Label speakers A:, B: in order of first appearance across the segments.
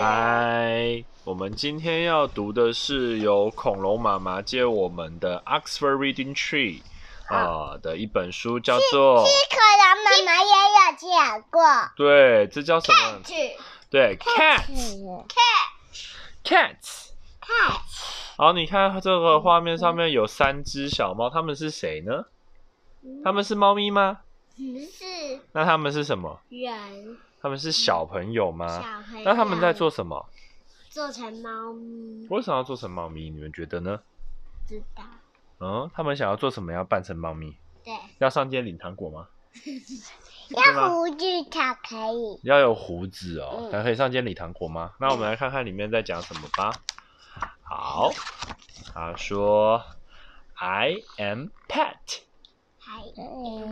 A: 啊
B: 们今天要读的是由恐龙妈妈借我们的 Oxford Reading Tree 啊、的一本书，叫做
A: 可能妈妈也有讲过。
B: 对，这叫什么？
A: 去
B: 对，Cats
A: 看
B: Cats。
A: 看，
B: 好，你看这个画面上面有三只小猫，它们是谁呢？
A: 嗯
B: 它们是猫咪吗？
A: 是
B: 那它们是什么？
A: 人
B: 它们是小朋友
A: 小啊
B: 吗？
A: 朋友。
B: 那它们在做什么？
A: 做成猫咪，
B: 为什么要做成猫咪？你们觉得呢？
A: 知道？
B: 嗯，他们想要做什么？要扮成猫咪？
A: 对，
B: 要上街领糖果吗？对
A: 要
B: 吗？
A: 胡子才可以。
B: 要有胡子哦
A: 嗯，
B: 才可以上街领糖果吗？那我们来看看里面在讲什么吧。好，他说：“I am pet。”
A: 还有，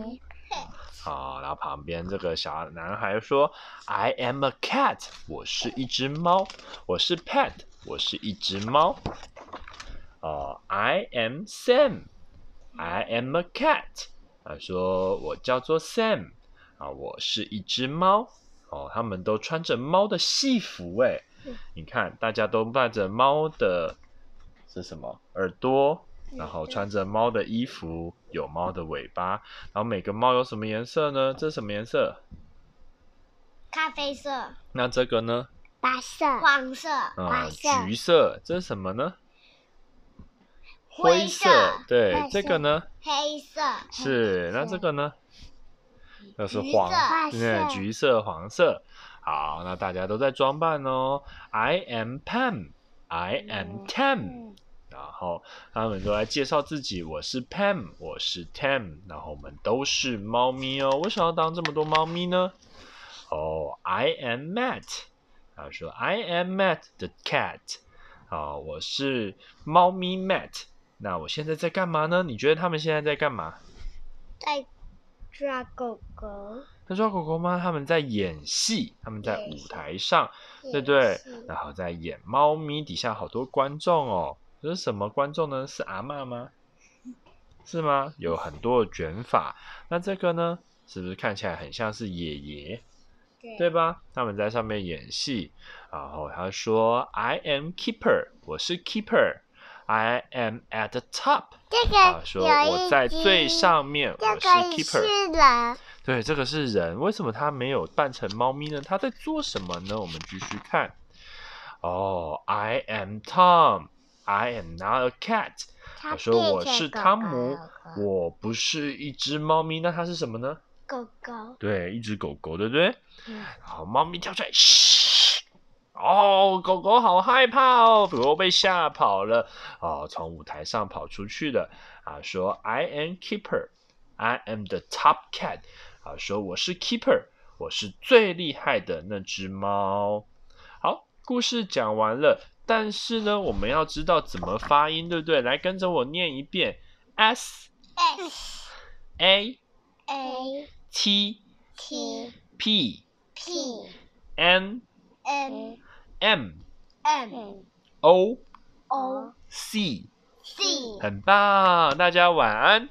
B: 好，啊然后旁边这个小男孩说：“I am a cat，我是一只猫，我是 pet，我是一只猫。呃，I am Sam，I am a cat。”他说：“我叫做 Sam，啊，我是一只猫。”哦，他们都穿着猫的戏服，哎
A: 嗯，
B: 你看，大家都戴着猫的，是什么？耳朵，然
A: 嗯
B: 后穿着猫的衣服，有猫的尾巴，然后每个猫有什么颜色呢？这是什么颜色？
A: 咖啡色、
B: 那这个呢？
A: 白色、黄色、
B: 啊、
A: 白色、
B: 橘色，这是什么呢？
A: 灰
B: 灰
A: 色
B: 对
A: 灰，色
B: 这个呢
A: 黑色。
B: 是，那这个呢？那是
A: 嗯
B: 黄
A: 橘色，
B: 嗯，
A: 白色
B: 橘色、黄色。好，那大家都在装扮哦。I am Pam，I am Tam。
A: 嗯，
B: 然后他们都来介绍自己，我是 Pam，我是 Tam，然后我们都是猫咪哦。为什么要当这么多猫咪呢？哦、i am Matt，他说 I am Matt the cat，好，我是猫咪 Matt。那我现在在干嘛呢？你觉得他们现在在干嘛？
A: 在抓狗狗，
B: 在抓狗狗吗？他们在演戏，他们在
A: 演
B: 舞
A: 戏
B: 台上，对
A: 也
B: 不对
A: 是？
B: 然后在演猫咪，底下好多观众哦。这是什么观众呢？是阿嬷吗？是吗？有很多的卷发。那这个呢？是不是看起来很像是爷爷，
A: 对
B: 对吧？他们在上面演戏。然后他说：“I am keeper，我是 keeper。I am at the top。”
A: 这
B: 他
A: 个
B: 说：“
A: 哎有
B: 我
A: 一
B: 在
A: 只
B: 最上面，我
A: 这
B: 是
A: 个
B: keeper。”
A: 啊是人，
B: 对，这个是人，为什么它没有扮成猫咪呢？它在做什么呢？我们继续看。哦、i am Tom. I am not a cat.
A: 它
B: 我说我
A: 变成
B: 是
A: 狗
B: 汤姆
A: 狗，了
B: 我不是一只猫咪，那它是什么呢？
A: 狗狗，
B: 对，一只狗狗，对不对？
A: 嗯
B: 好，猫咪跳出来，嘘！哦，狗狗好害怕哦，狗狗被吓跑了，哦，从舞台上跑出去的啊，说 I am keeper, I am the top cat，啊，说我是 keeper，我是最厉害的那只猫。好，故事讲完了，但是呢，我们要知道怎么发音，对不对？来跟着我念一遍：s
A: S
B: a
A: A
B: t
A: T
B: p
A: P
B: n
A: M
B: m
A: M
B: o
A: O
B: C，
A: C。
B: 很棒，大家晚安。